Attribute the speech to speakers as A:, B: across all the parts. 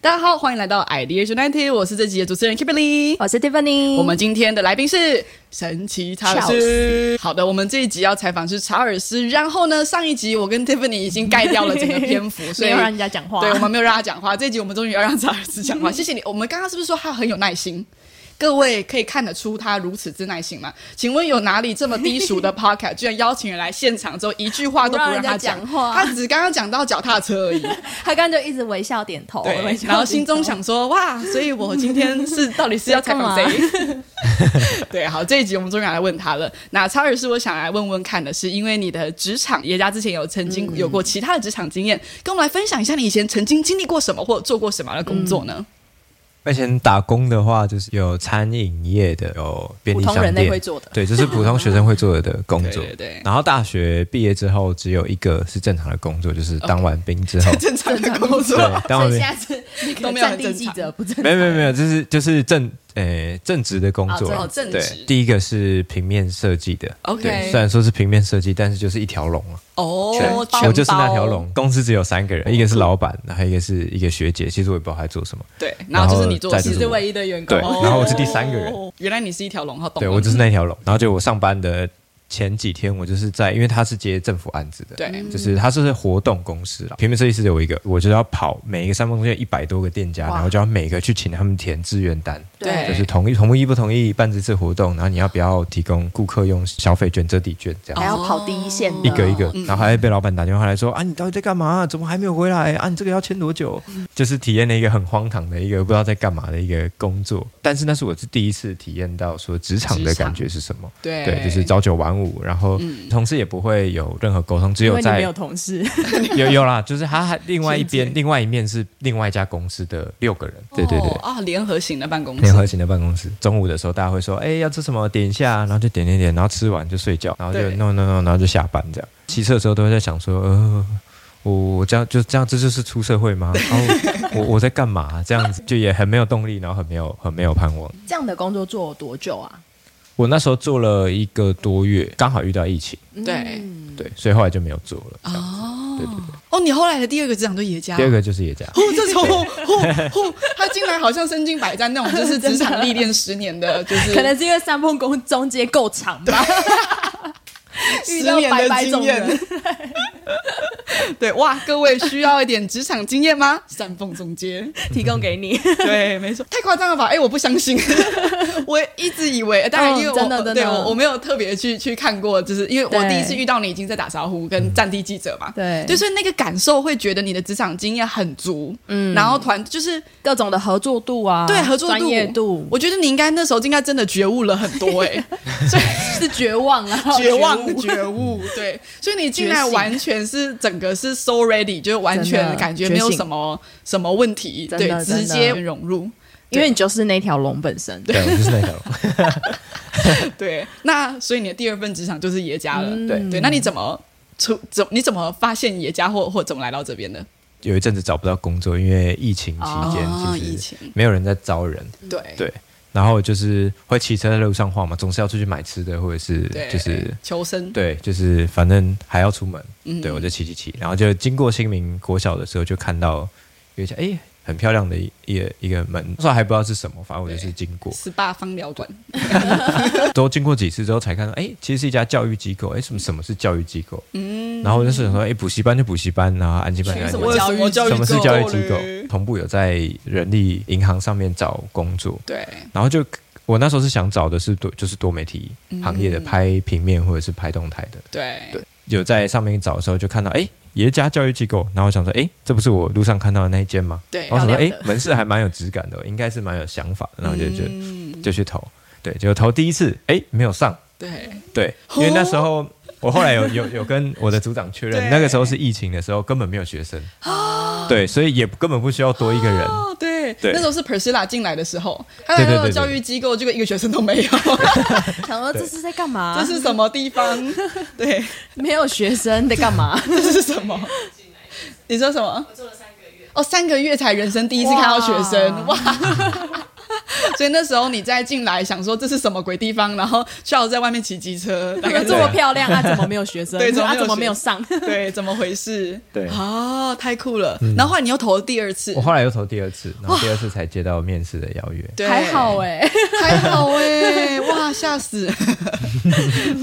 A: 大家好，欢迎来到 Idea United，我是这集的主持人 Kimberly。
B: 我是 Tiffany，
A: 我们今天的来宾是神奇查尔斯。好的，我们这一集要采访是查尔斯。然后呢，上一集我跟 Tiffany 已经盖掉了整个篇 幅，所
B: 没
A: 以
B: 有让人家讲话。
A: 对我们没有让他讲话。这一集我们终于要让查尔斯 讲话，谢谢你。我们刚刚是不是说他很有耐心？各位可以看得出他如此之耐心吗？请问有哪里这么低俗 的 podcast 居然邀请人来现场之后一句话都不让他
B: 不让人家讲话
A: 他只刚刚讲到脚踏车而已。
B: 他刚刚就一直微笑点
C: 哦
B: 头，微笑
A: 对
B: 点，头
A: 然后心中， 想说哇，所以我今天是到底是 要采访谁？对，好，这一集我们终于来问他了。那超尔是我想来问问看的是，因为你的职场，叶家之前有曾经
C: 嗯
A: 有过其他的职场经验，跟我们来分享一下你以前曾经经历过什么或者做过什么样的工作
C: 嗯
A: 呢？
C: 而且你打工的话，就是有餐饮业的，有便利
B: 普通
C: 商
B: 人类
C: 店
B: 会做的
C: 对，就是普通学生会做的工作。
A: 对对对，
C: 然后大学毕业之后，只有一个是正常的工作，就是当完兵之后
A: 正常的工作，
C: 对，当完
B: 所以
C: 兵
B: 现在是
A: 都没有
B: 战
A: 很
B: 地
A: 正
B: 记
A: 常
B: 者不正常，
C: 没有没有没有，就是就是正呃正职的工作。
B: 哦
A: 哦，正
C: 对
A: 职，
C: 第一个是平面设计的
A: OK
C: 对虽然说是平面设计，但是就是一条龙啊。
A: 哦，全
C: 我就是那
A: 包
C: 条，龙，公司只有三个人，一个是老板，然后一个是一个学姐，其实我也不知道她在做什么。
A: 对，然后就是你做
C: 然后再
A: 事
C: 就是我
B: 一的员
C: 对，
A: 哦
C: 然后我是第三个人。
A: 原来你是一条龙，好懂了，啊
C: 对我就是那条龙。然后就我上班的前几天，我就是在，因为他是接政府案子的，
A: 对
C: 就是他是活动公司啦。平面设计师有一个，我就要跑每一个三分钟有一百多个店家，
B: 哇
C: 然后就要每个去请他们填志愿单。
A: 对
C: 就是同意同意不同意办这次活动，然后你要不要提供顾客用消费券、折抵券这样
A: 哦
B: 还
C: 子，
B: 要跑第一线的，
C: 一个一
B: 嗯
C: 个，然后还被老板打电话来说啊，你到底在干嘛？怎么还没有回来？啊，你这个要签多久？
B: 嗯
C: 就是体验了一个很荒唐的一个不知道在干嘛的一个工作，但是那是我是第一次体验到说职场的感觉是什么。
A: 对
C: 对，就是朝九晚五，然后同事也不会有任何沟通，
B: 嗯
C: 只
B: 因
C: 有
B: 为你没
C: 在
B: 有同事，
C: 有有啦，就是他还另外一
A: 衔
C: 边
A: 接
C: 另外一面是另外一家公司的六个人，对对对
A: 哦，啊，联合型的办公室，
C: 联合型的办公室，中午的时候大家会说，哎、要吃什么？点一下，然后就点点点，然后吃完就睡觉，然后就
A: 对
C: no no no，然后就下班这样。骑车的时候都会在想说，呃，我我这样就这样，这就是出社 会吗？然后我我我在干嘛？这样子就也很没有动力，然后很没有很没有盼望。
B: 这样的工作做多 久啊？
C: 我那时候做了一个多月，刚好遇到疫情，
A: 对
C: 对，所以后来就没有做了。这
A: 嗯
C: 样
A: 哦
C: 对对对，
A: 哦，你后来的第二个职场就野家，
C: 第二个就是也这样。
A: 哦，这种哦哦，他竟然好像身经百战那种， 就是职场历练十年的，就是
B: 可能是因为三凤宫中间够长吧，
A: 十
B: 遇到
A: 年
B: 百
A: 的
B: 百
A: 经
B: 种
A: 验
B: 人。。
A: 对，哇，各位需要一点职场经验吗？三凤中 街，
B: 提供给你，
A: 对，没错，太夸张了吧？哎，我不相 信，我一直以为，当然因为我、
B: 嗯真的真的
A: 对我我没有特别去去看过，就是因为我
B: 对嗯
A: 第一次遇到你已经在打招呼跟战地记者嘛，
B: 对
A: 就是那个感受会觉得你的职场经验很足，嗯，然后团就是
B: 各种的合作度啊，
A: 对合作度
B: 专业度，
A: 我觉得你应该那时候应该真的觉悟了很多哎、
B: 是绝望啊，
A: 绝 望
B: 悟
A: 觉悟，对，所以你进
B: 觉
A: 来
B: 醒
A: 完全是整个是 so ready，就是完
B: 真
A: 全
B: 的
A: 感觉
B: 觉
A: 没有
B: 醒
A: 什么什么问题，
B: 真
A: 对，
B: 的
A: 直
B: 真的
A: 接融入，
B: 因为你就是那条龙本身，
C: 对，我就是那条龙。
A: 对。那所以你的第二份职场就是爷家
B: 嗯
A: 了，
C: 对
A: 对。那你怎么出怎你怎么发现爷家或或怎么来到这边的？
C: 有一阵子找不到工作，因为疫情期间，
A: 哦
C: 其
A: 疫
C: 实
A: 情
C: 没有人在招人。
A: 对
C: 对，然后就是会骑车在路上晃嘛，总是要出去买吃的，或者是
A: 对，
C: 就是
A: 求生，
C: 对，就是反正还要出门，
A: 嗯
C: 对我就骑骑骑，然后就经过新民国小的时候，就看到有一家哎很漂亮的一一个一个门，那时候还不知道是什么，反正我就是经过，
A: ，SPA 方疗馆，
C: 都经过几次之后才看到，哎，其实是一家教育机构，哎，什么什么是教育机构？嗯，然后我就想说，哎，补习班就补习班啊，安亲班就安
B: 什
C: 亲
B: 么
C: 班
B: 教。育
A: 我教育
C: 什么是教育机构
A: 嘞？
C: 同步有在人力银行上面找工作，
A: 对，
C: 然后就我那时候是想找的是多就是多媒体行业的，
A: 嗯
C: 拍平面或者是拍动态的。
A: 对，
C: 对有在上面找的时候，就看到哎，耶加教育机构，然后我想说，哎，这不是我路上看到的那一间吗？
A: 对
C: 然后我想说，
B: 漂亮
C: 哎
B: 的，
C: 门市还蛮有质感的，应该是蛮有想法的，然后就就
A: 嗯
C: 就去投，对，就投第一次，哎，没有上，
A: 对，
C: 对，
A: 哦
C: 因为那时候。我后来有有有跟我的组长确认
A: 对，
C: 那个时候是疫情的时候，根本没有学生，对，所以也根本不需要多一个人，
A: 哦，对，
C: 对
A: 那时候是 Priscilla 进来的时候，他
C: 对
A: 来
C: 对
A: 到
C: 对对
A: 教育机构，这个一个学生都没有，
B: 想说这是在干嘛？
C: 啊
A: 这是什么地方？ 对，
B: 没有学生在干嘛？
A: 这是什么？你说什么？我做了三个月，哦，三个月才人生第一次看到学生，哇！ 所以那时候你再进来想说这是什么鬼地方，然后笑在外面骑机车，大概
B: 这么漂亮啊，怎么没有学生？
A: 对怎么
B: 啊，
A: 没有
B: 怎么没有
A: 学
B: 上？
A: 对怎么回事？
C: 对嗯
A: 啊，太酷了！然后后来你又投了第二次
C: 我，后来又投第二次，然后第二次才接到面试的邀约。
A: 对
B: 还好哎、
A: 还好哎、哇，吓 死！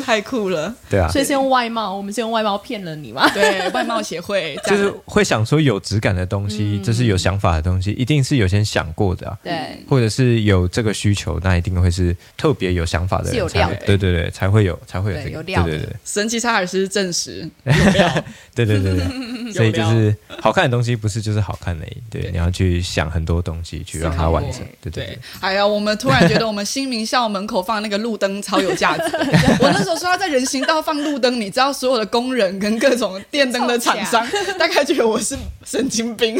A: 太酷了，
C: 对啊，
B: 所以是用外貌，我们是用外貌骗了你 吗？
A: 对外贸协会这样
C: 就是会想说有质感的东西，就是有想法的东西，一定是有先想过的啊。
B: 嗯对，
C: 或者是有这个需求，那一定会是特别有想法的
B: 是有
C: 人才
B: 料
C: 会，
B: 的
C: 对对对，才会有才会有
B: 对
C: 这个，
B: 有
C: 对
B: 料的
C: 对对
A: 神奇差耳师证实，
C: 对对对 对，所以就是好看的东西不是就是好看而已，对，你要去想很多东西去让它完成，对对
A: 对
C: 对，，
A: 哎呀，我们突然觉得我们新民校门口放那个路灯超有价值。 我那时候说要在人行道放路灯，你知道所有的工人跟各种电灯的厂 商，大概觉得我是神经病。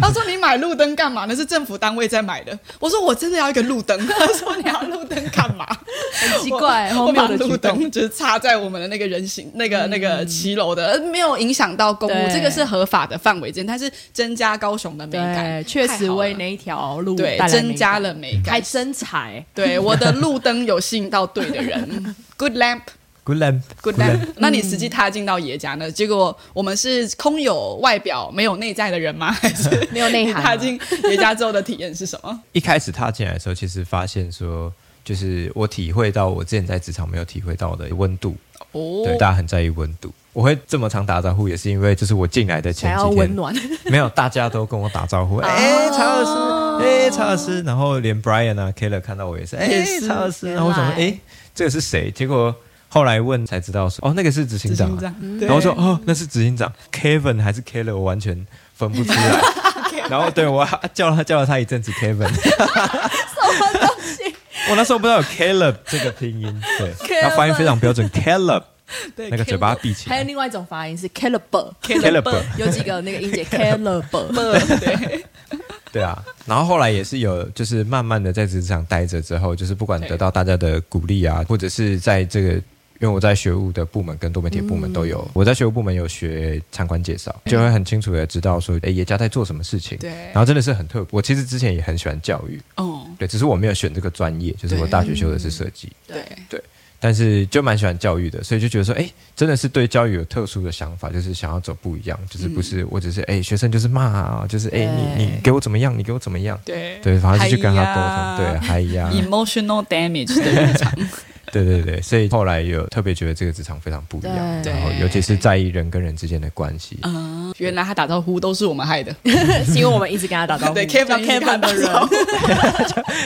A: 他说你买路灯干嘛？那是政府单位在买的。我说我真的要一个路灯。 他说你要路灯干嘛？
B: 很奇怪，
A: 我
B: 荒
A: 把
B: 谬的
A: 路
B: 举动。嗯
A: 灯就是插在我们的那个人行、那个那个骑楼的，呃没有影响到公路，
B: 对
A: 这个是合法的范围之内，但是增加高雄的美感
B: 对，，确
A: 太
B: 实
A: 好了
B: 为那一条路
A: 对
B: 带来
A: 增
B: 美
A: 加
B: 感
A: 了美感
B: 还。真才。
A: 对，我的路灯有吸引到对的 人，Good lamp。
C: ，Good lamp
A: Good lamp，那你实际踏进到爷家呢？结果我们是空有外表没有内在的人 吗？还是
B: 没有内
A: 你
B: 涵吗
A: 踏进爷家之后的体验是什 么？
C: 一开始踏进来的时候，其实发现说，就是我体会到我之前在职场没有体会到的温度，
A: 哦
C: 对，大家很在意温度。我会这么常打招呼，也是因为就是我进来的
B: 才
C: 前
B: 要
C: 几
B: 温
C: 天，
B: 暖，哦
C: 没有大家都跟我 打招呼，哎，查尔斯，哎，查尔斯，然后连 Brian 啊 k e l l e r 看到我也是，哎
A: 也，是
C: 查尔斯，
B: 原来
C: 然后我想说，哎，这个是谁？结果后来问才知道说，哦，那个是执行
A: 执
C: 长
A: 行
C: 啊、
A: 长，对
C: 然后我说，哦，那是执行长 Kevin 还是 k e l l e r 我完全分不 出来。然后对我 叫了他叫了他一阵子 Kevin，
B: 什么东西？
C: 我那时候不知道有 Caleb 这个拼音，对，
B: Caleb
C: 他发音非常标准 Caleb，
A: 对
C: 那个 嘴巴闭起
B: 还有
C: 来
B: 另外一种发音是 caliber，
C: Caleb，
B: 有几个那个音 节 caliber，
A: 对，
C: 对啊。然后后来也是有，就是慢慢的在职场待着之后，就是不管
A: 对
C: 得到大家的鼓励啊，或者是在这个。因为我在学务的部门跟多媒体部门都有，我在学务部门有学参观介绍，就会很清楚的知道说，哎，耶加在做什么事情。
A: 对
C: 然后真的是很特别。我其实之前也很喜欢教育，
A: 哦，
C: 对，只是我没有选这个专业，就是我
A: 对
C: 大学修的是设计。
A: 对，
C: 但是就蛮喜欢教育的，所以就觉得说，哎、真的是对教育有特殊的想法，就是想要走不一样，就是不是、我只是哎、诶学生就是骂啊，就是哎、诶
B: 对
C: 你你给我怎么样，你给我怎么样，
A: 对哎
C: 对，反正就去跟他沟
A: 嗨呀
C: 通，对，嗨 呀，
A: emotional damage 的 日常，
C: 对对对，所以后来有特别觉得这个职场非常不一样，
B: 对
C: 然后尤其是在意人跟人之间的关系，
A: 嗯，原来他打招呼都是我们 害的，
B: 是因为我们一直跟他打招呼，
A: 对，Kevin
B: 就 Kevin 的人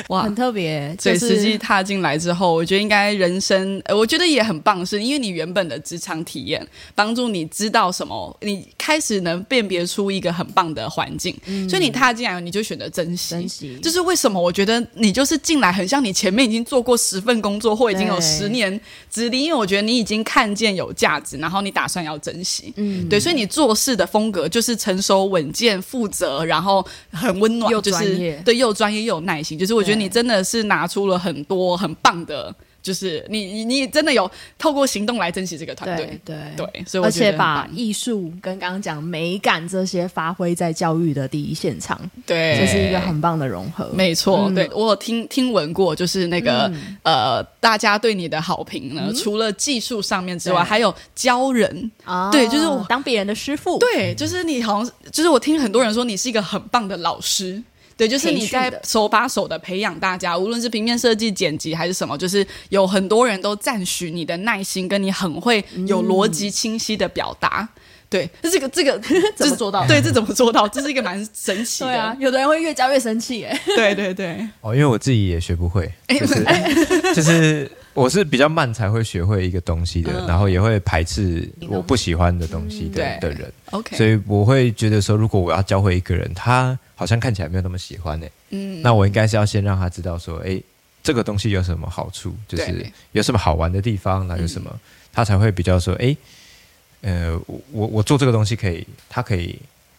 A: 哇
B: 很，特别，
A: 所以
B: 就是
A: 实际踏进来之后，我觉得应该人生，呃我觉得也很棒，是因为你原本的职场体验帮助你知道什么，你开始能辨别出一个很棒的环境，所以你踏进来你就选择珍惜。
B: 嗯珍惜，
A: 就是为什么我觉得你就是进来很像你前面已经做过十份工作或已经有
B: 对
A: 十年资历，因为我觉得你已经看见有价值，然后你打算要珍惜，
B: 嗯，
A: 对，所以你做事的风格就是成熟、稳健、负责，然后很温暖，
B: 又
A: 就
B: 专业
A: 是对又专业又有耐心。就是我觉得
B: 对
A: 你真的是拿出了很多很棒的，就是你你你真的有透过行动来珍惜这个团队
B: 对。对
A: 对，所以我
B: 而
A: 觉得
B: 且
A: 很
B: 把
A: 棒
B: 艺术跟刚刚讲美感这些发挥在教育的第一现场，
A: 对
B: 这是一个很棒的融合。
A: 没错，
B: 嗯
A: 对我有听听闻过，就是那个、呃，大家对你的好评呢，除了技术上面之外，
B: 嗯对
A: 还有教人。
B: 啊
A: 对就是我
B: 当别人的师傅，
A: 对，就是你好像，就是我听很多人说你是一个很棒的老师。对，就是你
B: 培训
A: 在
B: 的
A: 手把手的培养大家，无论是平面设计、剪辑还是什么，就是有很多人都赞许你的耐心，跟你很会有逻
B: 嗯
A: 辑清晰的表达。对，这是个这 个
B: 怎么做到
A: 这对，这怎么做到？这是一个蛮神奇的。
B: 对啊，有的人会越教越生气，哎，
A: 对对对，
C: 哦，因为我自己也学不会，就是 就是我是比较慢才会学会一个东西的，然后也会排斥我不喜欢的东西的、
A: 嗯对
C: 的人。
A: OK，
C: 所以我会觉得说，如果我要教会一个人，他好像看起来没有那么喜欢诶、欸
A: 嗯，
C: 那我应该是要先让他知道说，诶，这个东西有什么好处，就是
A: 对嗯
C: 有什么好玩的地方，然后有什么，他才会比较说，诶，呃，我我我做这个东西可以，他可以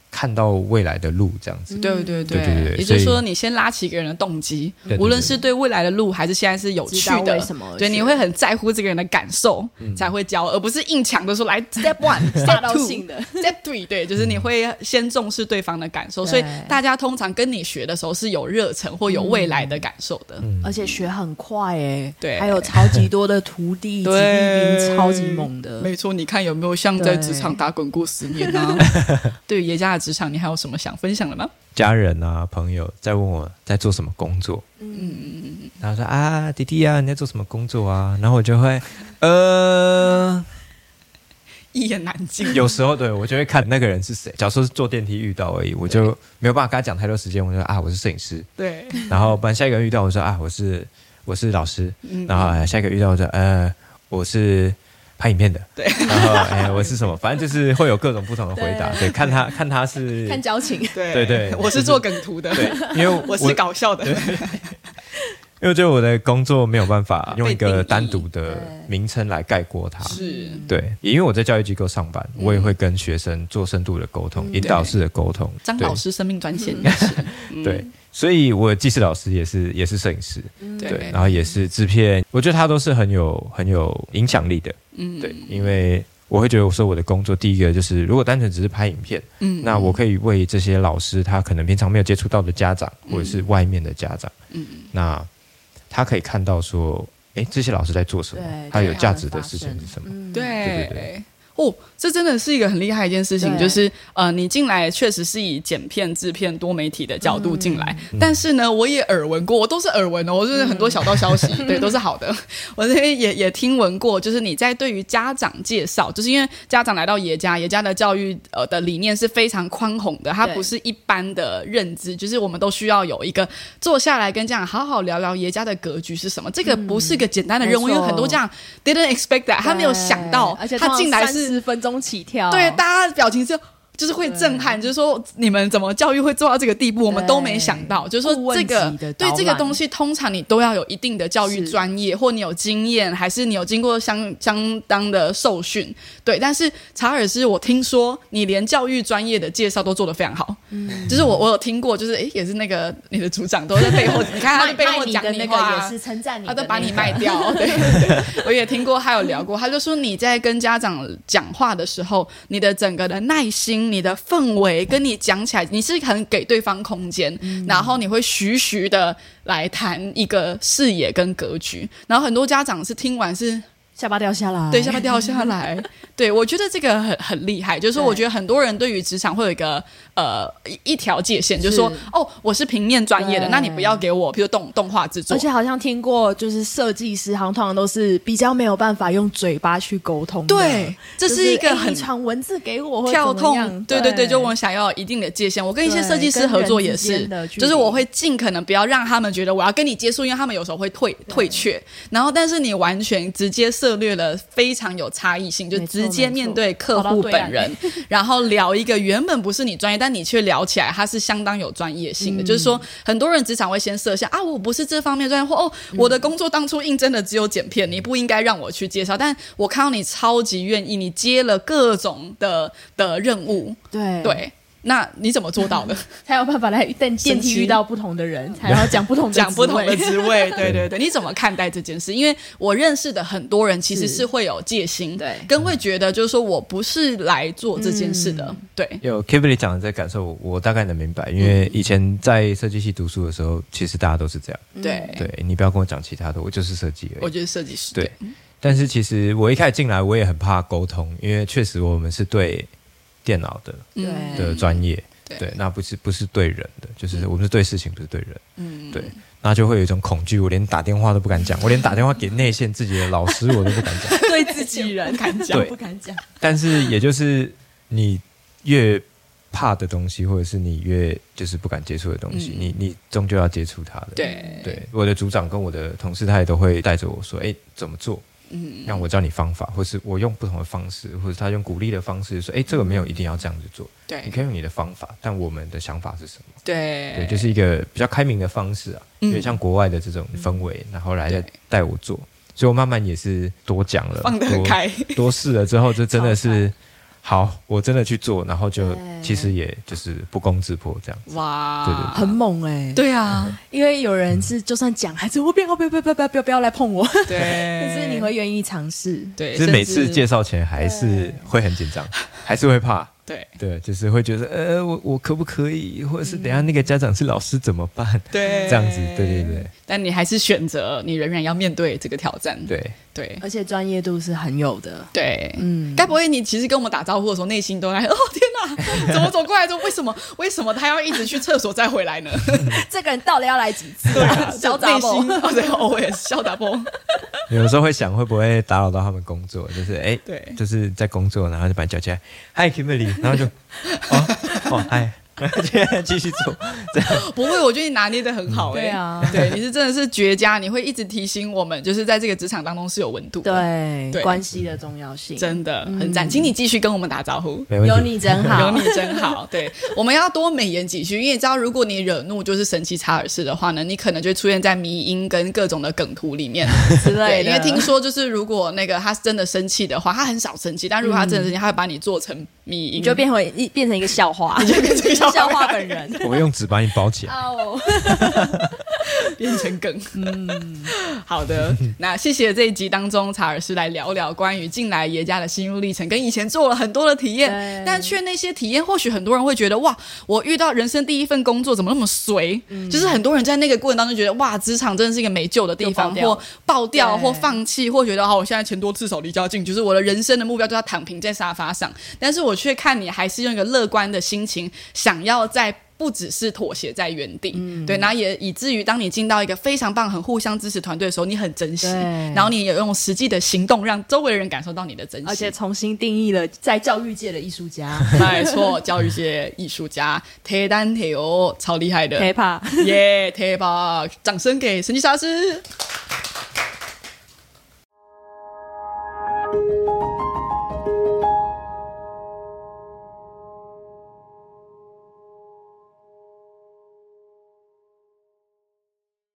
C: 看到未来的路这样子。
A: 对对
C: 对对对
A: 也
C: 所
A: 就
C: 以
A: 是说，你先拉起一个人的动机
C: 对对，对
A: 无论是对未来的路，还是现在是有趣
B: 知道
A: 的
B: 为什么而，去
A: 对，你会很在乎这个人的感受，才会教，而不是硬抢的说来 step one
B: 霸
A: step
B: 道
A: two
B: 性的
A: step three，对，就是你会先重视对方的感受，
B: 对
A: 所以大家通常跟你学的时候是有热忱或有未来的感受的。
B: 而且学很快哎，
A: 对
B: 还有超级多的徒弟及弟兵，超级猛的。
A: 没错。你看有没有像在职场打滚过十年呢、 对于爷家的职场，你还有什么想分享的吗？
C: 家人啊、朋友在问我在做什么工作，嗯，然后说啊，弟弟啊，你在做什么工作啊？然后我就会，呃，
A: 一言难尽。
C: 有时候对我就会看那个人是谁。假如说是坐电梯遇到而已，我就没有办法跟他讲太多时间。我就说啊，我是摄影师。
A: 对，
C: 然后本来下一个遇到我说啊，我是我是老师。
A: 嗯
C: 然后、呃下一个遇到我说呃，我是拍影片的。对。然后哎、我是什么？反正就是会有各种不同的回答。对，看他看他是
B: 看交情，
A: 对
C: 对对
A: 我是做梗图的，
C: 对，因为
A: 我是搞笑的，
C: 因为就我的工作没有办法用一
A: 被定
C: 个
A: 义
C: 单独的名称来概括它。
A: 是嗯
C: 对，因为我在教育机构上班，我也会跟学生做深度的沟通、引导式的沟通。
A: 张
C: 对
A: 老师生命专线也是，嗯
C: 对，所以我的技师老师也是也是摄影师，
B: 嗯
C: 对，
A: 对
C: 然后也是制片，我觉得他都是很有很有影响力的。
A: 嗯
C: 对，因为我会觉得我说我的工作，第一个就是如果单纯只是拍影片，
A: 嗯
C: 那我可以为这些老师他可能平常没有接触到的家长，或者是外面的家长，
A: 嗯，
C: 那他可以看到说，诶，这些老师在做什么
B: 对，
C: 他有
A: 对
C: 价值的事情是什么？
B: 嗯
A: 对
C: 对对对
A: 哦，这真的是一个很厉害的一件事情，
B: 对
A: 就是呃，你进来确实是以剪片、制片、多媒体的角度进来，
B: 嗯
A: 但是呢，我也耳闻过，我都是耳闻哦，我就是很多小道消息，
B: 嗯
A: 对，都是好的。我这边也也听闻过，就是你在对于家长介绍，就是因为家长来到爷家，爷家的教育呃的理念是非常宽宏的，它
B: 对
A: 不是一般的认知，就是我们都需要有一个坐下来跟家长好好聊聊爷家的格局是什么，这个不是个简单的任务，
B: 嗯没
A: 因
B: 错
A: 为很多家长 didn't expect that，他没啊有想到，
B: 嗯对而且
A: 他进来
B: 三
A: 是
B: 十分钟起跳，
A: 对大家的表情是。就是会震撼，就是说你们怎么教育会做到这个地步，我们都没想到。就是
B: 顾
A: 说
B: 问
A: 这个
B: 级的导
A: 对
B: 览
A: 这个东西，通常你都要有一定的教育
B: 是
A: 专业，或你有经验，还是你有经过相相当的受训。对，但是查尔斯，我听说你连教育专业的介绍都做得非常好。嗯，就是我我有听过，就是诶，也是那个你的组长都在背 后，你哎看他
B: 卖
A: 在背
B: 卖
A: 后
B: 你
A: 讲
B: 的那
A: 话啊
B: 个也是称赞你
A: 他都
B: 的那个，
A: 把你卖 掉。对，对我也听过，他有聊过，他就说你在跟家长讲话的时候，你的整个的耐心、你的氛围，跟你讲起来，你是很给对方空间，
B: 嗯
A: 然后你会徐徐的来谈一个视野跟格局。然后很多家长是听完是
B: 下巴掉下来，
A: 对，下巴掉下来。对，我觉得这个很很厉害，就是说，
B: 对
A: 我觉得很多人对于职场会有一个呃一一条界限，就是说
B: 是，
A: 哦，我是平面专业的，
B: 对
A: 那你不要给我，比如动动画制作
B: 而。且好像听过，就是设计师好像通常都是比较没有办法用嘴巴去沟通的，
A: 对，这
B: 就是
A: 一个
B: 哎
A: 很
B: 你传文字给我或
A: 跳
B: 怎么样
A: 痛，对对对，就我想要有一定的界限。我跟一些设计师合作也
B: 跟人
A: 是
B: 之间的距，离
A: 就是我会尽可能不要让他们觉得我要跟你接触，因为他们有时候会退退却。然后，但是你完全直接涉略了非常有差异性，就
B: 没错
A: 直接
B: 没错
A: 面对客
B: 跑到
A: 户
B: 对
A: 本
B: 岸
A: 人，然后聊一个原本不是你专业，但你却聊起来它是相当有专业性
B: 嗯
A: 的。就是说，很多人职场会先设下啊，我不是这方面专业，或哦，
B: 嗯
A: 我的工作当初应征的只有剪片，你不应该让我去介绍。但我看到你超级愿意，你接了各种的的任务，
B: 对，
A: 对，那你怎么做到的？
B: 才有办法来电电
A: 神
B: 梯
A: 奇
B: 遇到不同的人，才要讲不同的
A: 讲不同的
B: 职
A: 职
B: 位
A: 位，对对对，你怎么看待这件事？因为我认识的很多人其实是会有戒心，
B: 对
A: 跟会觉得就是说我不是来做这件事的，
B: 嗯
A: 对，
C: 有 k i b l y 讲的这感受，我我大概能明白，因为以前在设计系读书的时候，其实大家都是这样。
A: 对，
B: 嗯
C: 对你不要跟我讲其他的，我就是设计而已。
A: 哎我觉得设计师
C: 对，但是其实我一开始进来，我也很怕沟通，因为确实我们是对电脑的
A: 嗯
C: 的专业，
A: 对
C: 对，那不是不是对人的，就是我们是对事情，不是对人，
A: 嗯，
C: 对，那就会有一种恐惧，我连打电话都不敢讲，我连打电话给内线自己的老师我都不敢 讲，
B: 对自己人
A: 不敢讲
C: 对
B: 不敢讲，
C: 但是也就是你越怕的东西，或者是你越就是不敢接触的东西，
A: 嗯
C: 你你终究要接触它的，
A: 对
C: 对，我的组长跟我的同事，他也都会带着我说，哎，怎么做？
A: 嗯
C: 让我教你方法，或是我用不同的方式，或者他用鼓励的方式说，哎，这个没
A: 嗯
C: 有一定要这样子做，你
A: 对
C: 可以用你的方法，但我们的想法是什么？
A: 对
C: 对，就是一个比较开明的方式啊，
A: 哎嗯
C: 有点像国外的这种氛围，然后来
A: 对
C: 带我做，所以我慢慢也是多讲了，
A: 放得很
C: 多
A: 开，
C: 多试了之后，就真的是好，我真的去做，然后就
B: 对
C: 其实也就是不攻自破这样子。
A: 哇，
B: 很猛哎、
A: 对 啊，
B: 因为有人是就算讲，还是我不要不要不要不要不要不要不要来碰我，
A: 对，
B: 可是你会愿意尝试。
A: 对，
C: 就是每次
A: 甚至
C: 介绍前还是会很紧张，还是会怕。
A: 对
C: 对，就是会觉得，呃，我我可不可以，或者是等一下那个家长是老师怎么办？
A: 对
C: 这样子，对对对
A: 但你还是选择，你仍然要面对这个挑战。
C: 对，
A: 对
B: 而且专业度是很有的，
A: 对，
B: 嗯，
A: 该不会你其实跟我们打招呼的时候，内心都在哦 天哪，怎么走过来之后，为什么 为什么他要一直去厕所再回 来呢？
B: 这个人到底要来几次、啊？
A: 就
B: 小杂
A: 内
B: 包
A: 心，哦 对我也是小打 崩，
C: 有的时候会想会不会打扰到他们工作，就是哎，
A: 对
C: 就是在工作，然后就把你叫起来，嗨 Kimberly，然后就，哦哦嗨，然后就 继续做，这样
A: 不会，我觉得你拿捏的很好、欸，
B: 对啊
A: 对，你是真的是绝佳，你会一直提醒我们，就是在这个职场当中是有温度的，
B: 对
A: 对
B: 关系的重要性，
A: 真的很赞，请你继续跟我们打招呼。
C: 没问题。
B: 有你真好，
A: 有你真好，对，我们要多美言几句，因为你知道，如果你惹怒就是神奇查尔斯的话呢，你可能就会出现在迷音跟各种的梗图里面。
B: 之类
A: 对，
B: 的，
A: 因为听说就是如果那个他真的生气的话，他很少生气，但如果他真的生气，他会把你做成迷音，
B: 你就变回一变成一个笑话， 你
A: 就变成一个笑话
B: 笑话 本人。
C: 我用纸把你包起来。
B: 哦，
A: 变成梗。嗯，好的，那谢谢这一集当中查尔斯来聊聊关于进来爷家的心路历程，跟以前做了很多的体验
B: 对，
A: 但却那些体验或许很多人会觉得哇，我遇到人生第一份工作怎么那么随？
B: 嗯
A: 就是很多人在那个过程当中觉得哇，职场真的是一个没救的地方，
B: 就爆掉
A: 或爆掉
B: 对
A: 或放弃，或觉得哦，我现在钱多至少离家近，就是我的人生的目标就要躺平在沙发上。但是我却看你还是用一个乐观的心情，想要在。不只是妥协在原地，对，然后也以至于当你进到一个非常棒、很互相支持团队的时候，你很珍惜，
B: 对
A: 然后你也用实际的行动让周围的人感受到你的珍惜。
B: 而且重新定义了在教育界的艺术 家
A: 没错，教育界艺术家铁蛋铁哦，超厉害的，
B: ，K-pop。
A: 耶，贴吧，掌声给神奇沙师。